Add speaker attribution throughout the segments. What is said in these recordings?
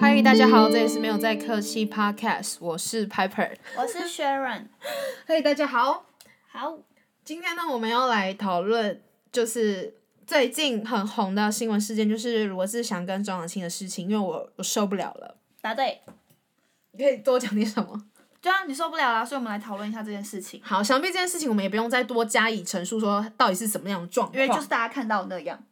Speaker 1: 嘿，大家好，这里是没有在客气 Podcast，我是 Piper。
Speaker 2: 我是 Sharon。
Speaker 1: 嘿，大家好，
Speaker 2: 好，
Speaker 1: 今天呢，我们要来讨论就是最近很红的新闻事件，就是罗志祥跟钟扬青的事情，因为我我受不了了。
Speaker 2: 答对。
Speaker 1: 你可以多讲点什么？
Speaker 2: 对啊，你受不了啦，所以我们来讨论一下这件事情，
Speaker 1: 好，想必这件事情我们也不用再多加以陈述，说到底是怎么样的状
Speaker 2: 因
Speaker 1: 况，
Speaker 2: 为就是大家看到的那样，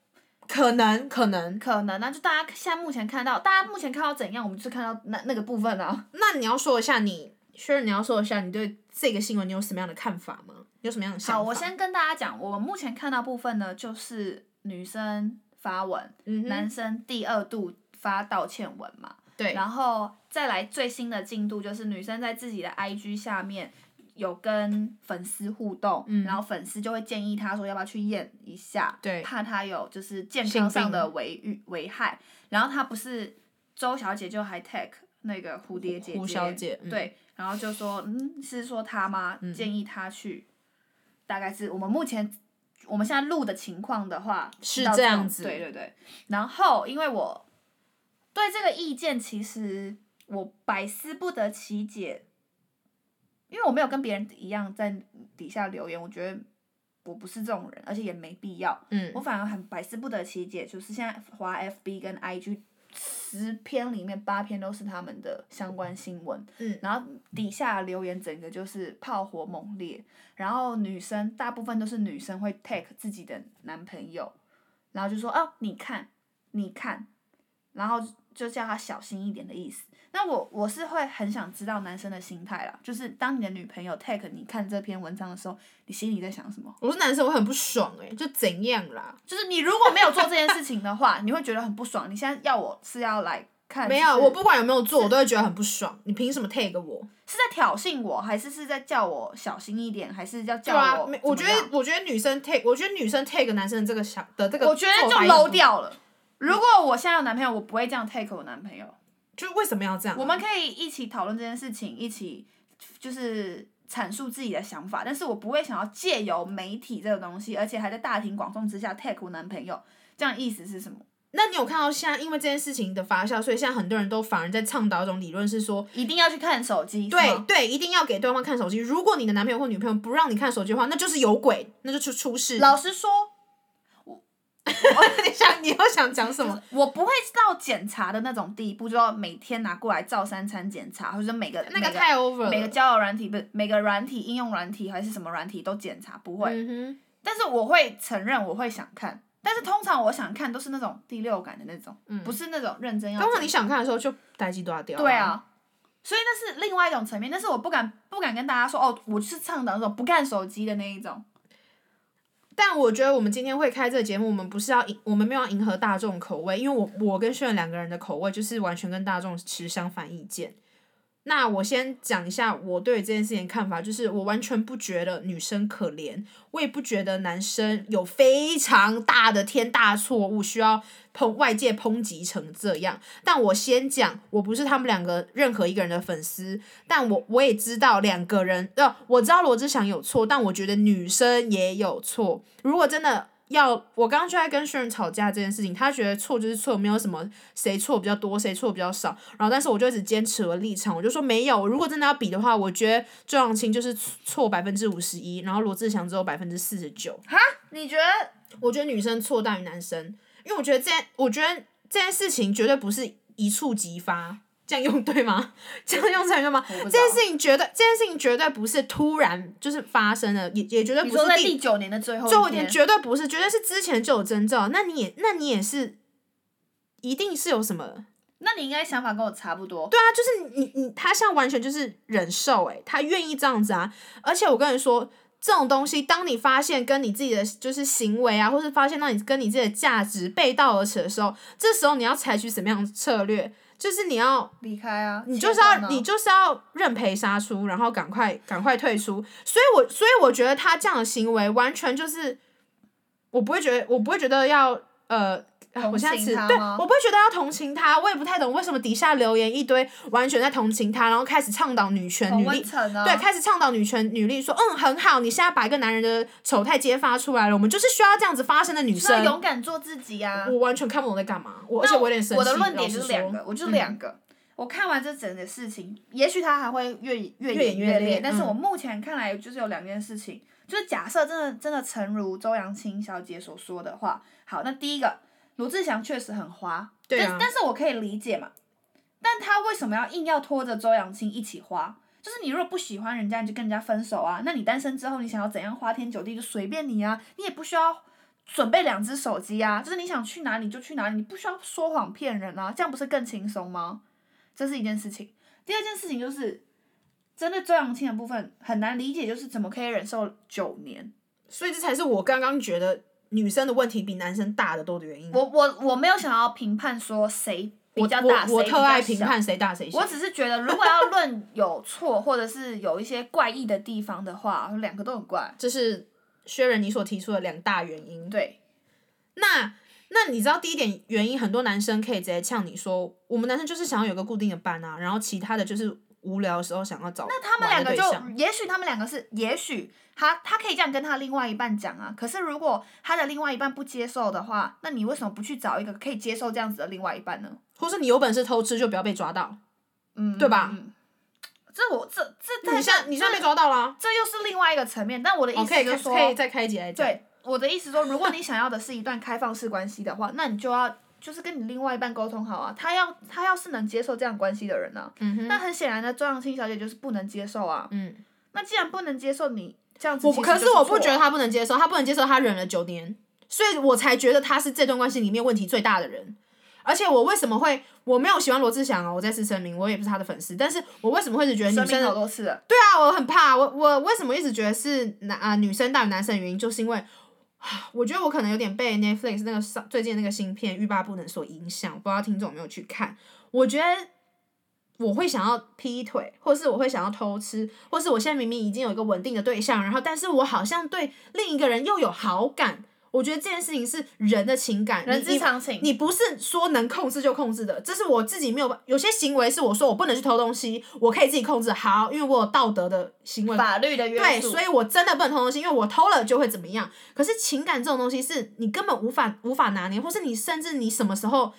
Speaker 1: 可能可能。
Speaker 2: 可能啊，就大家现在目前看到，大家目前看到怎样，我们就是看到那那个部分啊。
Speaker 1: 那你要说一下你，薛仁，你要说一下你对这个新闻你有什么样的看法吗？你有什么样的想法？
Speaker 2: 好，我先跟大家讲，我目前看到部分呢，就是女生发文，
Speaker 1: 嗯哼
Speaker 2: 男生第二度发道歉文嘛，
Speaker 1: 对，
Speaker 2: 然后再来最新的进度就是女生在自己的 IG 下面有跟粉丝互动，
Speaker 1: 嗯
Speaker 2: 然后粉丝就会建议她说要不要去验一下，
Speaker 1: 对
Speaker 2: 怕她有就是健
Speaker 1: 性
Speaker 2: 康
Speaker 1: 病
Speaker 2: 上的危遇危害。然后她不是周小姐就还 tag 那个蝴蝶姐姐，
Speaker 1: 胡小姐，嗯、
Speaker 2: 对，然后就说嗯是说她吗？
Speaker 1: 嗯
Speaker 2: 建议她去，大概是我们目前。我们现在录的情况的话
Speaker 1: 是
Speaker 2: 到
Speaker 1: 这样
Speaker 2: 种
Speaker 1: 子
Speaker 2: 对对对。然后，因为我对这个意见，其实我百思不得其解，因为我没有跟别人一样在底下留言，我觉得我不是这种人，而且也没必要。
Speaker 1: 嗯
Speaker 2: 我反而很百思不得其解，就是现在华 FB 跟 IG 十篇里面八篇都是他们的相关新闻，
Speaker 1: 嗯
Speaker 2: 然后底下留言整个就是炮火猛烈，然后女生大部分都是女生会 take 自己的男朋友，然后就说哦你看你看，然后就叫他小心一点的意思。那我我是会很想知道男生的心态啦，就是当你的女朋友 take 你看这篇文章的时候，你心里在想什么？
Speaker 1: 我是男生，我很不爽哎、就怎样啦？
Speaker 2: 就是你如果没有做这件事情的话，你会觉得很不爽。你现在要我是要来看，
Speaker 1: 没有，
Speaker 2: 哎就是
Speaker 1: 我不管有没有做，我都会觉得很不爽。你凭什么 tag 我？
Speaker 2: 是在挑衅我，还是是在叫我小心一点，还是要
Speaker 1: 对
Speaker 2: 叫
Speaker 1: 啊
Speaker 2: 我，怎么
Speaker 1: 没
Speaker 2: 样？
Speaker 1: 我觉得，我觉得女生 tag，我觉得女生 tag 男生的这个想的这个，
Speaker 2: 我觉得就 low，掉了。如果我现在有男朋友，我不会这样 take 我男朋友。
Speaker 1: 就为什么要这样啊、
Speaker 2: 我们可以一起讨论这件事情，一起就是阐述自己的想法，但是我不会想要借由媒体这个东西，而且还在大庭广众之下 take 我男朋友，这样意思是什么？
Speaker 1: 那你有看到现在因为这件事情的发酵，所以现在很多人都反而在倡导一种理论是说，
Speaker 2: 一定要去看手机，是
Speaker 1: 对
Speaker 2: 吗
Speaker 1: 对，一定要给对方看手机。如果你的男朋友或女朋友不让你看手机的话，那就是有鬼，那就出出事。
Speaker 2: 老实说，
Speaker 1: 我你想你又想讲什么？
Speaker 2: 我不会到检查的那种地步，就要每天拿过来照三餐检查，或者每个
Speaker 1: 那
Speaker 2: 每
Speaker 1: 个太 over 了。
Speaker 2: 每个交友软体不是每个软体应用软体还是什么软体都检查，不会。
Speaker 1: 嗯哼，
Speaker 2: 但是我会承认我会想看，但是通常我想看都是那种第六感的那种，
Speaker 1: 嗯
Speaker 2: 不是那种认真要。
Speaker 1: 刚好你想看的时候就待机断掉。
Speaker 2: 对，啊，所以那是另外一种层面，但是我不敢不敢跟大家说哦，我是倡导那种不看手机的那一种。
Speaker 1: 但我觉得我们今天会开这个节目，我们不是要迎，我们没有要迎合大众口味，因为我我跟炫两个人的口味就是完全跟大众持相反意见。那我先讲一下我对这件事情的看法，就是我完全不觉得女生可怜，我也不觉得男生有非常大的天大错误需要抨外界抨击成这样。但我先讲，我不是他们两个任何一个人的粉丝，但我我也知道两个人，呃，我知道罗志祥有错，但我觉得女生也有错。如果真的要，我刚刚就在跟轩仁吵架这件事情，他觉得错就是错，没有什么谁错比较多，谁错比较少。然后，但是我就一直坚持我的立场，我就说没有。如果真的要比的话，我觉得周扬青就是错百分之五十一，然后罗志祥只有百分之四十九。
Speaker 2: 你觉得？
Speaker 1: 我觉得女生错大于男生，因为我觉得这，我觉得这件事情绝对不是一触即发，这样用对吗？这样用才对吗？
Speaker 2: 我
Speaker 1: 这
Speaker 2: 不知道
Speaker 1: 件事情绝对，这件事情绝对不是突然就是发生的，也也绝对
Speaker 2: 你
Speaker 1: 不
Speaker 2: 说在
Speaker 1: 是
Speaker 2: 第九年的最后
Speaker 1: 最后
Speaker 2: 一
Speaker 1: 一天，
Speaker 2: 天，
Speaker 1: 绝对不是，绝对是之前就有征兆。那你也，那你也是，一定是有什么？
Speaker 2: 那你应该想法跟我差不多。
Speaker 1: 对啊，就是你你他现在完全就是忍受、欸，他愿意这样子啊。而且我跟你说，这种东西，当你发现跟你自己的就是行为啊，或是发现到你跟你自己的价值背道而驰的时候，这时候你要采取什么样的策略？就是你要
Speaker 2: 离开啊！
Speaker 1: 你就是
Speaker 2: 切
Speaker 1: 要
Speaker 2: 断啊
Speaker 1: 你就是要认赔杀出，然后赶快赶快退出。所以我，所以我觉得他这样的行为完全就是，我不会觉得我不会觉得要呃。啊我现在
Speaker 2: 同
Speaker 1: 吃
Speaker 2: 情他
Speaker 1: 对，
Speaker 2: 吗
Speaker 1: 我不会觉得要同情他，我也不太懂为什么底下留言一堆完全在同情他，然后开始倡导女权、
Speaker 2: 同
Speaker 1: 女
Speaker 2: 温
Speaker 1: 力，
Speaker 2: 层啊，
Speaker 1: 对，开始倡导女权、女力，说嗯很好，你现在把一个男人的丑态揭发出来了，我们就是需要这样子发生的女
Speaker 2: 就是要
Speaker 1: 生。
Speaker 2: 勇敢做自己啊。
Speaker 1: 我完全看不懂在干嘛，我而
Speaker 2: 那
Speaker 1: 且我有点生气。
Speaker 2: 我的论点
Speaker 1: 老
Speaker 2: 就
Speaker 1: 实
Speaker 2: 是两
Speaker 1: 说嗯
Speaker 2: 个，我就是两个。我看完这整个事情，也许它还会越越
Speaker 1: 越
Speaker 2: 演
Speaker 1: 演越
Speaker 2: 越
Speaker 1: 烈
Speaker 2: 但是
Speaker 1: 嗯
Speaker 2: 我目前看来，就是有两件事情，就是假设真的真的诚如周扬青小姐所说的话，好，那第一个，罗志祥确实很花，
Speaker 1: 对
Speaker 2: 但
Speaker 1: 啊，
Speaker 2: 但是我可以理解嘛，但他为什么要硬要拖着周扬青一起花？就是你如果不喜欢人家，你就跟人家分手啊。那你单身之后，你想要怎样花天酒地就随便你啊，你也不需要准备两只手机啊，就是你想去哪里就去哪里，你不需要说谎骗人啊，这样不是更轻松吗？这是一件事情。第二件事情就是，针对周扬青的部分很难理解，就是怎么可以忍受九年？
Speaker 1: 所以这才是我刚刚觉得女生的问题比男生大得多的原因。
Speaker 2: 我我我没有想要评判说谁比较大，
Speaker 1: 我我
Speaker 2: 谁
Speaker 1: 特爱
Speaker 2: 比
Speaker 1: 评
Speaker 2: 较小
Speaker 1: 判谁大谁小
Speaker 2: 我。只是觉得，如果要论有错，或者是有一些怪异的地方的话，两个都很怪。
Speaker 1: 这是薛仁你所提出的两大原因。
Speaker 2: 对，
Speaker 1: 那那你知道第一点原因，很多男生可以直接呛你说，我们男生就是想要有个固定的伴啊，然后其他的就是无聊的时候想要找
Speaker 2: 那他们
Speaker 1: 玩
Speaker 2: 两
Speaker 1: 的
Speaker 2: 个
Speaker 1: 对
Speaker 2: 就，
Speaker 1: 象
Speaker 2: 也许他们两个是，也许他他可以这样跟他另外一半讲啊。可是如果他的另外一半不接受的话，那你为什么不去找一个可以接受这样子的另外一半呢？
Speaker 1: 或是你有本事偷吃就不要被抓到。
Speaker 2: 嗯，
Speaker 1: 对吧
Speaker 2: 嗯？这我这这
Speaker 1: 你现在你现在被抓到啦、
Speaker 2: 这又是另外一个层面。但我的意
Speaker 1: 哦，可
Speaker 2: 思
Speaker 1: 以
Speaker 2: 就是说，
Speaker 1: 可以再开解来讲。
Speaker 2: 对，我的意思说，如果你想要的是一段开放式关系的话，那你就要就是跟你另外一半沟通好啊。他要他要是能接受这样关系的人呢、
Speaker 1: 嗯哼，
Speaker 2: 那很显然的，周扬青小姐就是不能接受啊。
Speaker 1: 嗯，
Speaker 2: 那既然不能接受你这样子
Speaker 1: 我
Speaker 2: 其
Speaker 1: 不
Speaker 2: 实就错啊，
Speaker 1: 可是我不觉得他不能接受，他不能接受他忍了九年，所以我才觉得他是这段关系里面问题最大的人。而且我为什么会我没有喜欢罗志祥哦，我再次声明，我也不是他的粉丝，但是我为什么会一直觉得女
Speaker 2: 声
Speaker 1: 生
Speaker 2: 明
Speaker 1: 的
Speaker 2: 好多次了，
Speaker 1: 对啊，我很怕。我我为什么一直觉得是男啊、女生大于男生的原因，就是因为啊我觉得我可能有点被 Netflix 那个上最近那个新片《欲罢不能》所影响，不知道听众有没有去看？我觉得我会想要劈腿，或是我会想要偷吃，或是我现在明明已经有一个稳定的对象，然后但是我好像对另一个人又有好感。我觉得这件事情是人的情感，
Speaker 2: 人
Speaker 1: 你
Speaker 2: 之常情。
Speaker 1: 你不是说能控制就控制的，这是我自己没有办。有些行为是我说我不能去偷东西，我可以自己控制。好，因为我有道德的行为，
Speaker 2: 法律的约
Speaker 1: 对，
Speaker 2: 束，
Speaker 1: 所以我真的不能偷东西，因为我偷了就会怎么样。可是情感这种东西是你根本无法无法拿捏，或是你甚至你什么时候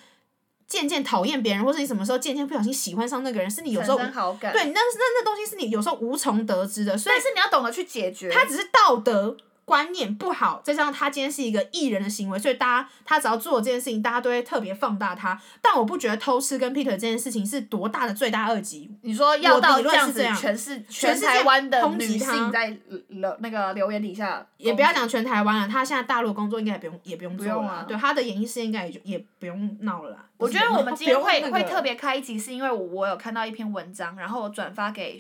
Speaker 1: 渐渐讨厌别人，或是你什么时候渐渐不小心喜欢上那个人，是你有时候
Speaker 2: 产生好感。
Speaker 1: 对，那那那东西是你有时候无从得知的，所以
Speaker 2: 但是你要懂得去解决。
Speaker 1: 他只是道德观念不好，再加上他今天是一个艺人的行为，所以大家他只要做这件事情，大家都会特别放大他。但我不觉得偷吃跟劈腿这件事情是多大的罪大恶极。
Speaker 2: 你说要
Speaker 1: 我
Speaker 2: 到
Speaker 1: 理
Speaker 2: 这
Speaker 1: 论
Speaker 2: 样
Speaker 1: 是
Speaker 2: 子
Speaker 1: 这样，
Speaker 2: 全是
Speaker 1: 全
Speaker 2: 全
Speaker 1: 世
Speaker 2: 台
Speaker 1: 界
Speaker 2: 湾的
Speaker 1: 抨
Speaker 2: 女
Speaker 1: 击他
Speaker 2: 性在留那个留言底下，
Speaker 1: 也不要讲全台湾了，他现在大陆工作应该也不用也不用做
Speaker 2: 不
Speaker 1: 了
Speaker 2: 用
Speaker 1: 啦，
Speaker 2: 啊
Speaker 1: 对他的演艺事业应该也就也不用闹了啊啦。
Speaker 2: 我觉得 我们今天会、会特
Speaker 1: 别
Speaker 2: 别开一集，是因为我有看到一篇文章，然后我转发给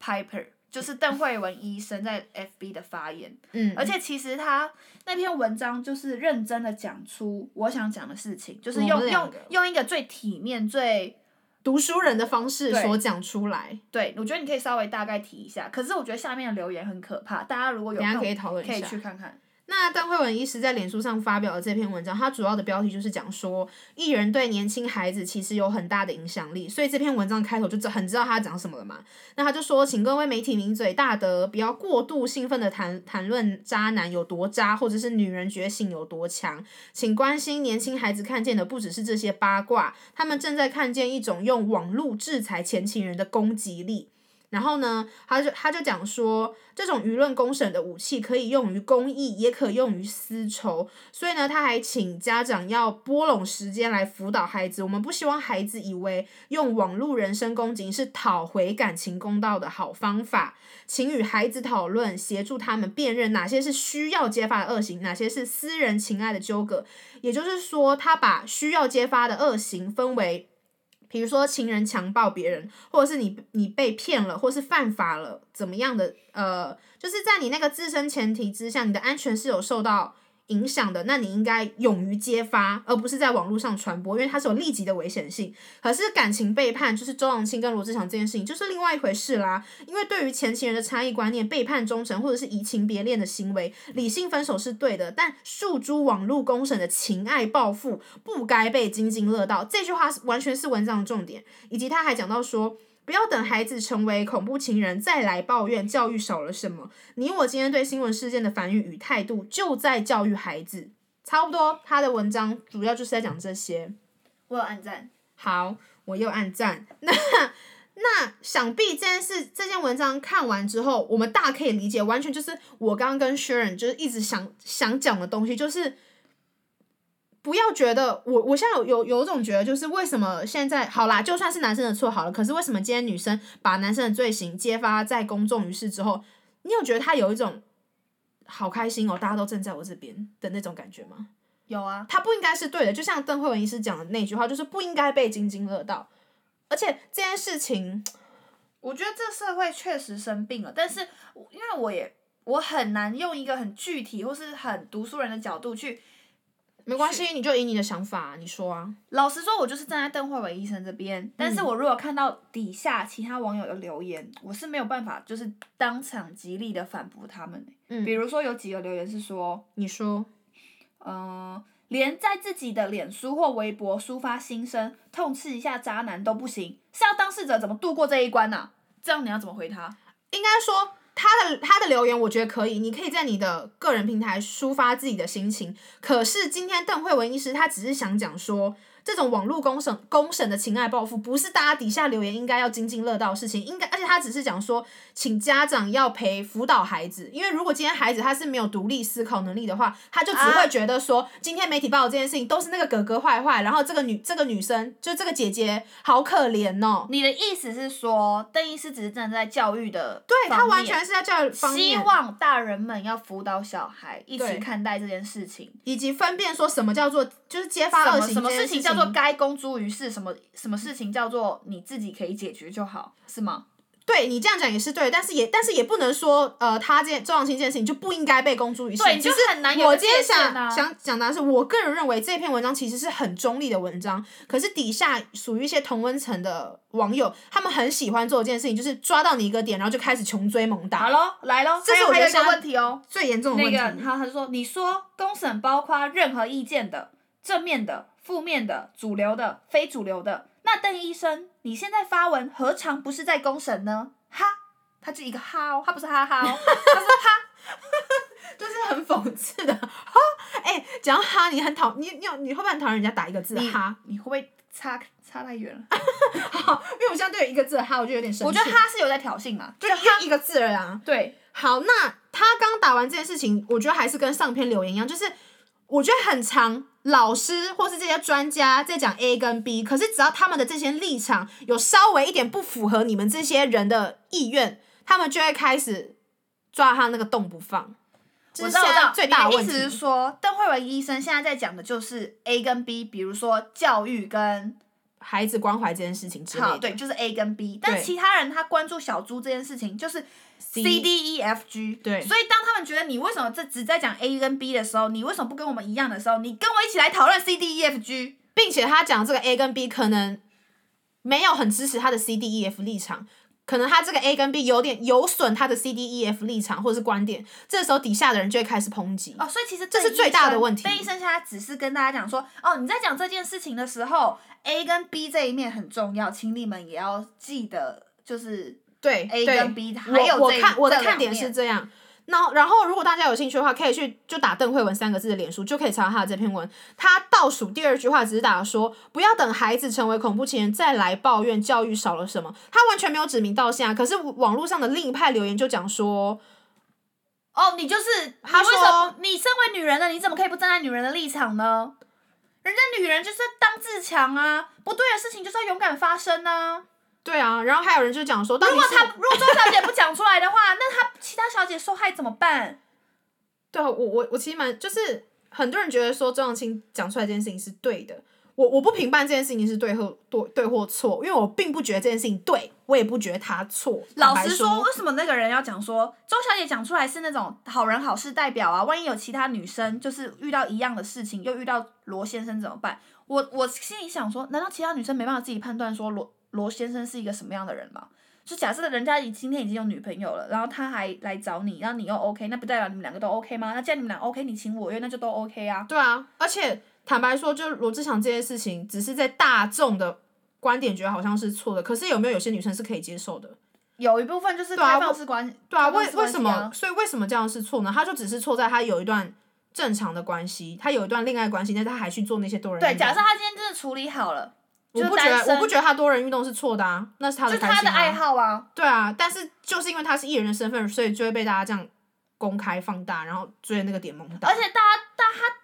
Speaker 2: Piper，就是邓惠文医生在 FB 的发言。
Speaker 1: 嗯，
Speaker 2: 而且其实他那篇文章就是认真的讲出我想讲的事情，就是
Speaker 1: 我
Speaker 2: 用
Speaker 1: 们嗯两
Speaker 2: 用
Speaker 1: 个
Speaker 2: 用一个最体面、最
Speaker 1: 读书人的方式
Speaker 2: 对
Speaker 1: 所讲出来，
Speaker 2: 对我觉得你可以稍微大概提一下。可是我觉得下面的留言很可怕，大家如果有
Speaker 1: 等一下
Speaker 2: 空
Speaker 1: 可以讨论一
Speaker 2: 可以
Speaker 1: 下。
Speaker 2: 去看看。
Speaker 1: 那邓慧文医师在脸书上发表的这篇文章，它主要的标题就是讲说，艺人对年轻孩子其实有很大的影响力，所以这篇文章开头就知很知道他讲什么了嘛。那他就说，请各位媒体名嘴大德不要过度兴奋的谈谈论渣男有多渣，或者是女人觉醒有多强，请关心年轻孩子看见的不只是这些八卦，他们正在看见一种用网络制裁前情人的攻击力。然后呢，他就他就讲说，这种舆论公审的武器可以用于公益，也可用于私仇。所以呢，他还请家长要拨拢时间来辅导孩子。我们不希望孩子以为用网络人身攻击是讨回感情公道的好方法，请与孩子讨论，协助他们辨认哪些是需要揭发的恶行，哪些是私人情爱的纠葛。也就是说，他把需要揭发的恶行分为。比如说情人强暴别人，或者是你你被骗了，或是犯法了，怎么样的？呃，就是在你那个自身前提之下，你的安全是有受到影响的，那你应该勇于揭发，而不是在网络上传播，因为它是有立即的危险性。可是感情背叛，就是周扬青跟罗志祥这件事情，就是另外一回事啦。因为对于前情人的差异观念、背叛忠诚或者是移情别恋的行为，理性分手是对的，但诉诸网络公审的情爱报复不该被津津乐道。这句话是完全是文章的重点，以及他还讲到说。不要等孩子成为恐怖情人再来抱怨教育少了什么。你我今天对新闻事件的反应与态度，就在教育孩子。差不多，他的文章主要就是在讲这些。
Speaker 2: 我有暗赞，
Speaker 1: 好，我又按赞。那那想必这件事，这篇文章看完之后，我们大可以理解，完全就是我刚刚跟 Sharon 就是一直想想讲的东西，就是不要觉得我我现在有有有种觉得，就是为什么现在好啦，就算是男生的错好了，可是为什么今天女生把男生的罪行揭发在公众于世之后，你有觉得他有一种好开心哦，大家都站在我这边的那种感觉吗？
Speaker 2: 有啊，
Speaker 1: 他不应该是对的。就像邓慧文医师讲的那句话，就是不应该被津津乐道。而且这件事情，
Speaker 2: 我觉得这社会确实生病了，但是我因为我也我很难用一个很具体或是很读书人的角度去，
Speaker 1: 没关系，你就以你的想法、你说啊。
Speaker 2: 老实说，我就是站在邓慧文医生这边，但是我如果看到底下其他网友的留言，我是没有办法就是当场极力的反驳他们的、欸
Speaker 1: 嗯
Speaker 2: 比如说有几个留言是说，
Speaker 1: 你说，
Speaker 2: 嗯，连在自己的脸书或微博抒发心声、痛斥一下渣男都不行，是要当事者怎么度过这一关呢、啊这样你要怎么回他？
Speaker 1: 应该说他的他的留言，我觉得可以，你可以在你的个人平台抒发自己的心情。可是今天邓慧文医师他只是想讲说，这种网络公审公审的情爱报复，不是大家底下留言应该要津津乐道的事情。应该，而且他只是讲说，请家长要陪辅导孩子，因为如果今天孩子他是没有独立思考能力的话，他就只
Speaker 2: 啊
Speaker 1: 会觉得说，今天媒体报道这件事情都是那个哥哥坏坏，然后这个女这个女生就这个姐姐好可怜哦。
Speaker 2: 你的意思是说，邓医师只是站在教育的
Speaker 1: 对他
Speaker 2: 方
Speaker 1: 完
Speaker 2: 面
Speaker 1: 全是在教育方面，
Speaker 2: 希望大人们要辅导小孩一起
Speaker 1: 对
Speaker 2: 看待这件事情。
Speaker 1: 以及分辨说什么叫做就是揭发
Speaker 2: 什
Speaker 1: 恶
Speaker 2: 么
Speaker 1: 行
Speaker 2: 什么
Speaker 1: 这件
Speaker 2: 事情
Speaker 1: 情
Speaker 2: 叫做该公诸于世？什么什么事情叫做你自己可以解决就好，是吗？
Speaker 1: 对你这样讲也是对，但是也但是也不能说呃他这件周扬青这件事情就不应该被公诸于世。
Speaker 2: 对，你
Speaker 1: 只
Speaker 2: 就是很难有
Speaker 1: 我
Speaker 2: 个
Speaker 1: 今
Speaker 2: 界
Speaker 1: 天
Speaker 2: 限啊
Speaker 1: 想想讲的是，我个人认为这篇文章其实是很中立的文章，可是底下属于一些同温层的网友，他们很喜欢做一件事情，就是抓到你一个点，然后就开始穷追猛
Speaker 2: 好
Speaker 1: 打。
Speaker 2: 喽，来喽，
Speaker 1: 这是我
Speaker 2: 还有
Speaker 1: 觉得
Speaker 2: 一个
Speaker 1: 现在
Speaker 2: 问题哦。
Speaker 1: 最严重的
Speaker 2: 那
Speaker 1: 问题，
Speaker 2: 个，他他说，你说公审包括任何意见的，正面的、负面的、主流的、非主流的。那邓医生，你现在发文何尝不是在公审呢？哈，他就一个哈哦，他不是哈 哈哦，他是哈。
Speaker 1: 就是很讽刺的。哈，哎、讲到哈，你很讨你你有你会不会很讨厌人家打一个字
Speaker 2: 你啊
Speaker 1: 哈？
Speaker 2: 你会不会差差太远了？
Speaker 1: 因为我现在对于一个字的哈，我就有点生气。
Speaker 2: 我觉得哈是有在挑衅嘛，
Speaker 1: 就哈一个字了啦。
Speaker 2: 对，
Speaker 1: 好，那他刚打完这件事情，我觉得还是跟上篇留言一样，就是我觉得很长，老师或是这些专家在讲 A 跟 B，可是只要他们的这些立场有稍微一点不符合你们这些人的意愿，他们就会开始抓他那个洞不放。这
Speaker 2: 我
Speaker 1: 是
Speaker 2: 知
Speaker 1: 现
Speaker 2: 道，
Speaker 1: 在
Speaker 2: 我知道。
Speaker 1: 最大的
Speaker 2: 你的
Speaker 1: 问
Speaker 2: 意
Speaker 1: 题。
Speaker 2: 思是说，邓慧文医生现在在讲的就是 A 跟 B，比如说教育跟
Speaker 1: 孩子关怀这件事情之类
Speaker 2: 好，
Speaker 1: 的，
Speaker 2: 对，就是 A 跟 B，但
Speaker 1: 对
Speaker 2: 其他人他关注小猪这件事情就是 C D E F G，
Speaker 1: 对
Speaker 2: 所以当他们觉得你为什么这只在讲 A 跟 B 的时候，你为什么不跟我们一样的时候，你跟我一起来讨论 C D E F G？
Speaker 1: 并且他讲这个 A 跟 B 可能没有很支持他的 C D E F 立场，可能他这个 A 跟 B 有点有损他的 C D E F 立场或者是观点，这时候底下的人就会开始抨击。
Speaker 2: 哦，所以其实
Speaker 1: 这是
Speaker 2: 邓医
Speaker 1: 最大的
Speaker 2: 生
Speaker 1: 问题
Speaker 2: 邓医生现在只是跟大家讲说，哦，你在讲这件事情的时候，A 跟 B 这一面很重要，请你们也要记得，就是
Speaker 1: 对
Speaker 2: A
Speaker 1: 对
Speaker 2: 跟 B，还
Speaker 1: 我
Speaker 2: 有
Speaker 1: 我
Speaker 2: 这一
Speaker 1: 看我的
Speaker 2: 这
Speaker 1: 看
Speaker 2: 两
Speaker 1: 点
Speaker 2: 面
Speaker 1: 是这样。那然后，如果大家有兴趣的话，可以去就打邓慧文三个字的脸书，就可以查到他的这篇文。他倒数第二句话只是打说，不要等孩子成为恐怖情人再来抱怨教育少了什么。他完全没有指名道姓啊。可是网络上的另一派留言就讲说，
Speaker 2: 哦，你就是
Speaker 1: 他
Speaker 2: 你为
Speaker 1: 说
Speaker 2: 什么你身为女人呢？你怎么可以不站在女人的立场呢？人家女人就是要当自强啊，不对的事情就是要勇敢发声啊。
Speaker 1: 对啊，然后还有人就讲说，到
Speaker 2: 如
Speaker 1: 底
Speaker 2: 果
Speaker 1: 是
Speaker 2: 她如果周小姐不讲出来的话，那她其他小姐受害怎么办？
Speaker 1: 对啊，我我我其实蛮就是很多人觉得说周扬青讲出来这件事情是对的，我我不评判这件事情是对或对对或错，因为我并不觉得这件事情对，我也不觉得他错。
Speaker 2: 老
Speaker 1: 坦
Speaker 2: 实
Speaker 1: 白
Speaker 2: 说，
Speaker 1: 说，
Speaker 2: 为什么那个人要讲说周小姐讲出来是那种好人好事代表啊？万一有其他女生就是遇到一样的事情，又遇到罗先生怎么办？我我心里想说，难道其他女生没办法自己判断说罗罗先生是一个什么样的人吗？就假设人家已今天已经有女朋友了，然后他还来找你，然后你又 OK，那不代表你们两个都 OK 吗？那既然你们俩 OK，你情我愿，那就都 OK 啊。
Speaker 1: 对啊，而且坦白说，就罗志祥这件事情，只是在大众的观点觉得好像是错的，可是有没有有些女生是可以接受的？
Speaker 2: 有一部分就是
Speaker 1: 对啊
Speaker 2: 开放
Speaker 1: 为
Speaker 2: 式关，
Speaker 1: 对啊，
Speaker 2: 开放
Speaker 1: 为
Speaker 2: 式
Speaker 1: 为
Speaker 2: 关系
Speaker 1: 什么？所以为什么这样是错呢？他就只是错在他有一段正常的关系，他有一段恋爱关系，但是他还去做那些多人运
Speaker 2: 对，
Speaker 1: 动
Speaker 2: 假设他今天真的处理好了，
Speaker 1: 我
Speaker 2: 就
Speaker 1: 不觉
Speaker 2: 单
Speaker 1: 得，
Speaker 2: 身
Speaker 1: 我不觉得他多人运动是错的啊，那是他
Speaker 2: 就
Speaker 1: 的开
Speaker 2: 他
Speaker 1: 心、
Speaker 2: 的
Speaker 1: 啊。
Speaker 2: 爱好啊，
Speaker 1: 对啊，但是就是因为他是艺人的身份，所以就会被大家这样公开放大，然后追那个点懵到。
Speaker 2: 而且大家大家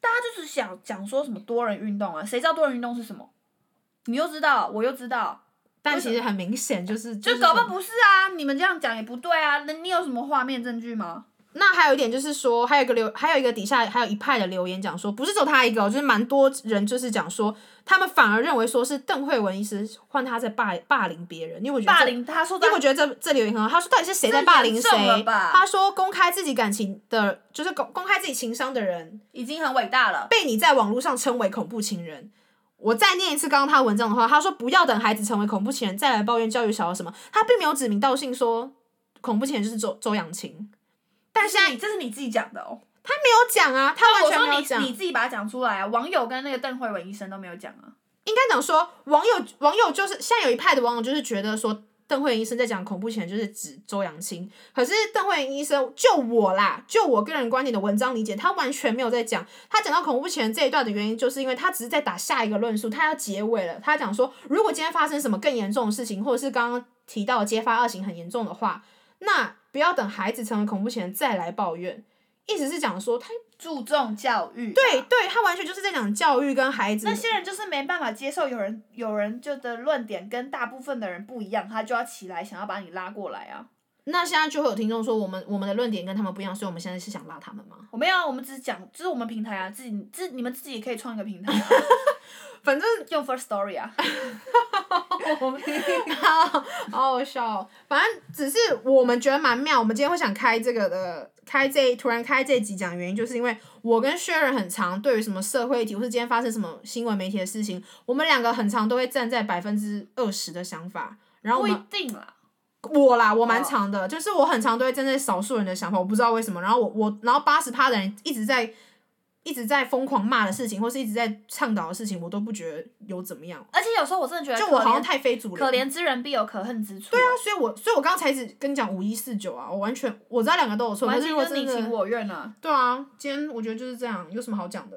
Speaker 2: 大家就是想讲说什么多人运动啊，谁知道多人运动是什么？你又知道，我又知道，
Speaker 1: 但
Speaker 2: 为什
Speaker 1: 其实很明显就是
Speaker 2: 就是搞不好
Speaker 1: 说
Speaker 2: 不是啊！你们这样讲也不对啊！那你有什么画面证据吗？
Speaker 1: 那还有一点就是说，还有一个留，还有一个底下还有一派的留言讲说，不是只有他一个、哦，就是蛮多人就是讲说，他们反而认为说是邓慧文医师换他在霸霸凌别人，你有没有觉得
Speaker 2: 霸
Speaker 1: 这？
Speaker 2: 凌，他说
Speaker 1: 因为
Speaker 2: 他
Speaker 1: 我觉得这这留言很好，他说到底是谁在
Speaker 2: 这
Speaker 1: 霸凌
Speaker 2: 严
Speaker 1: 谁
Speaker 2: 重了？吧
Speaker 1: 他说公开自己感情的，就是公公开自己情商的人，
Speaker 2: 已经很伟大了。
Speaker 1: 被你在网络上称为恐怖情人。我再念一次刚刚他文章的话，他说不要等孩子成为恐怖情人再来抱怨教育小孩什么，他并没有指名道姓说恐怖情人就是周周扬青，但现在
Speaker 2: 是你这是你自己讲的哦，
Speaker 1: 没有讲啊，他完
Speaker 2: 我
Speaker 1: 全没有
Speaker 2: 说
Speaker 1: 讲
Speaker 2: 你。你自己把它讲出来啊！网友跟那个邓慧文医生都没有讲啊。
Speaker 1: 应该讲说，网友网友就是现在有一派的网友就是觉得说，邓慧医生在讲恐怖前就是指周扬青，可是邓慧医生就我啦，就我个人观点的文章理解，他完全没有在讲，他讲到恐怖前这一段的原因，就是因为他只是在打下一个论述，他要结尾了，他讲说，如果今天发生什么更严重的事情，或者是刚刚提到揭发恶行很严重的话，那不要等孩子成为恐怖前再来抱怨，意思是讲说他
Speaker 2: 注重教育、啊嗯
Speaker 1: 对，对，他完全就是在讲教育跟孩子
Speaker 2: 那些人就是没办法接受有人有人就的论点跟大部分的人不一样，他就要起来想要把你拉过来啊！
Speaker 1: 那现在就会有听众说，我们我们的论点跟他们不一样，所以我们现在是想拉他们 吗？
Speaker 2: 我没有啊，我们只是讲，这是我们平台啊，自己自你们自己也可以创一个平台、啊，
Speaker 1: 反正
Speaker 2: 用 First Story 啊。
Speaker 1: 好 好好笑哦、反正只是我们觉得蛮妙。我们今天会想开这个的，开这突然开这集讲的原因，就是因为我跟 Sharon 很常对于什么社会议题，或是今天发生什么新闻媒体的事情，我们两个很常都会站在百分之二十的想法。然后我
Speaker 2: 不一
Speaker 1: 们
Speaker 2: 定啦，
Speaker 1: 我啦，我蛮
Speaker 2: 哦
Speaker 1: 长的就是我很常都会站在少数人的想法，我不知道为什么。然后我我，然后八十趴的人一直在一直在疯狂骂的事情，或是一直在倡导的事情，我都不觉得有怎么样。
Speaker 2: 而且有时候我真的觉得
Speaker 1: 就
Speaker 2: 可
Speaker 1: 我好
Speaker 2: 怜
Speaker 1: 像太非主流，
Speaker 2: 可怜之人必有可恨之处。
Speaker 1: 对啊，，所以我所以我刚才只跟你讲五一四九啊，我完全我知道两个都有错，可
Speaker 2: 完
Speaker 1: 是
Speaker 2: 全
Speaker 1: 如果
Speaker 2: 就是
Speaker 1: 真
Speaker 2: 你情
Speaker 1: 的
Speaker 2: 我愿啊，
Speaker 1: 对啊，今天我觉得就是这样，有什么好讲的？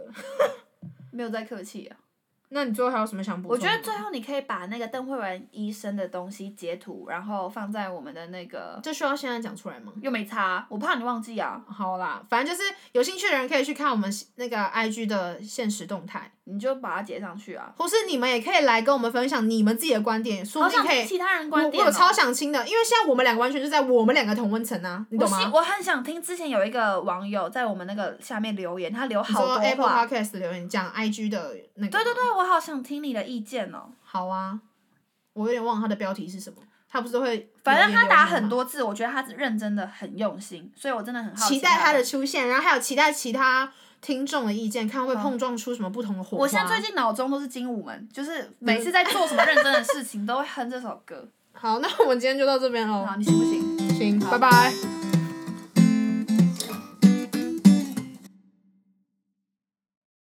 Speaker 2: 没有在客气啊。
Speaker 1: 那你最后还有什么想补
Speaker 2: 我
Speaker 1: 充的
Speaker 2: 觉
Speaker 1: 吗？
Speaker 2: 得最后你可以把那个邓慧文医生的东西截图，然后放在我们的那个，
Speaker 1: 这需要现在讲出来吗？
Speaker 2: 又没差，我怕你忘记啊，
Speaker 1: 好啦，反正就是有兴趣的人可以去看我们那个 IG 的现实动态。
Speaker 2: 你就把它截上去啊。
Speaker 1: 或是你们也可以来跟我们分享你们自己的观点，说
Speaker 2: 好
Speaker 1: 不定
Speaker 2: 想
Speaker 1: 可
Speaker 2: 听
Speaker 1: 以。
Speaker 2: 其他人
Speaker 1: 我
Speaker 2: 观
Speaker 1: 我
Speaker 2: 点、哦
Speaker 1: 有超。想听的，因为现在我们两个完全就在我们两个同温层啊，你
Speaker 2: 我
Speaker 1: 懂吗
Speaker 2: 希？我很想听，之前有一个网友在我们那个下面留言，他留
Speaker 1: 你
Speaker 2: 好
Speaker 1: 说
Speaker 2: 多
Speaker 1: Apple
Speaker 2: 话。
Speaker 1: Podcast 的留言讲 IG 的那个，
Speaker 2: 对对，对，我好想听你的意见哦。
Speaker 1: 好啊，我有点忘了它的标题是什么，他不是都会，
Speaker 2: 反正他打很，多字，我觉得他是认真的很用心，所以我真的很好奇
Speaker 1: 期待
Speaker 2: 他
Speaker 1: 他的。出现，然后还有期待其他听众的意见，看会不会碰撞出什么不同的火花。
Speaker 2: 我现在最近脑中都是精武门，就是每次在做什么认真的事情，都会哼这首歌。
Speaker 1: 好，那我们今天就到这边喽，
Speaker 2: 好，你信不信？
Speaker 1: 行，拜拜。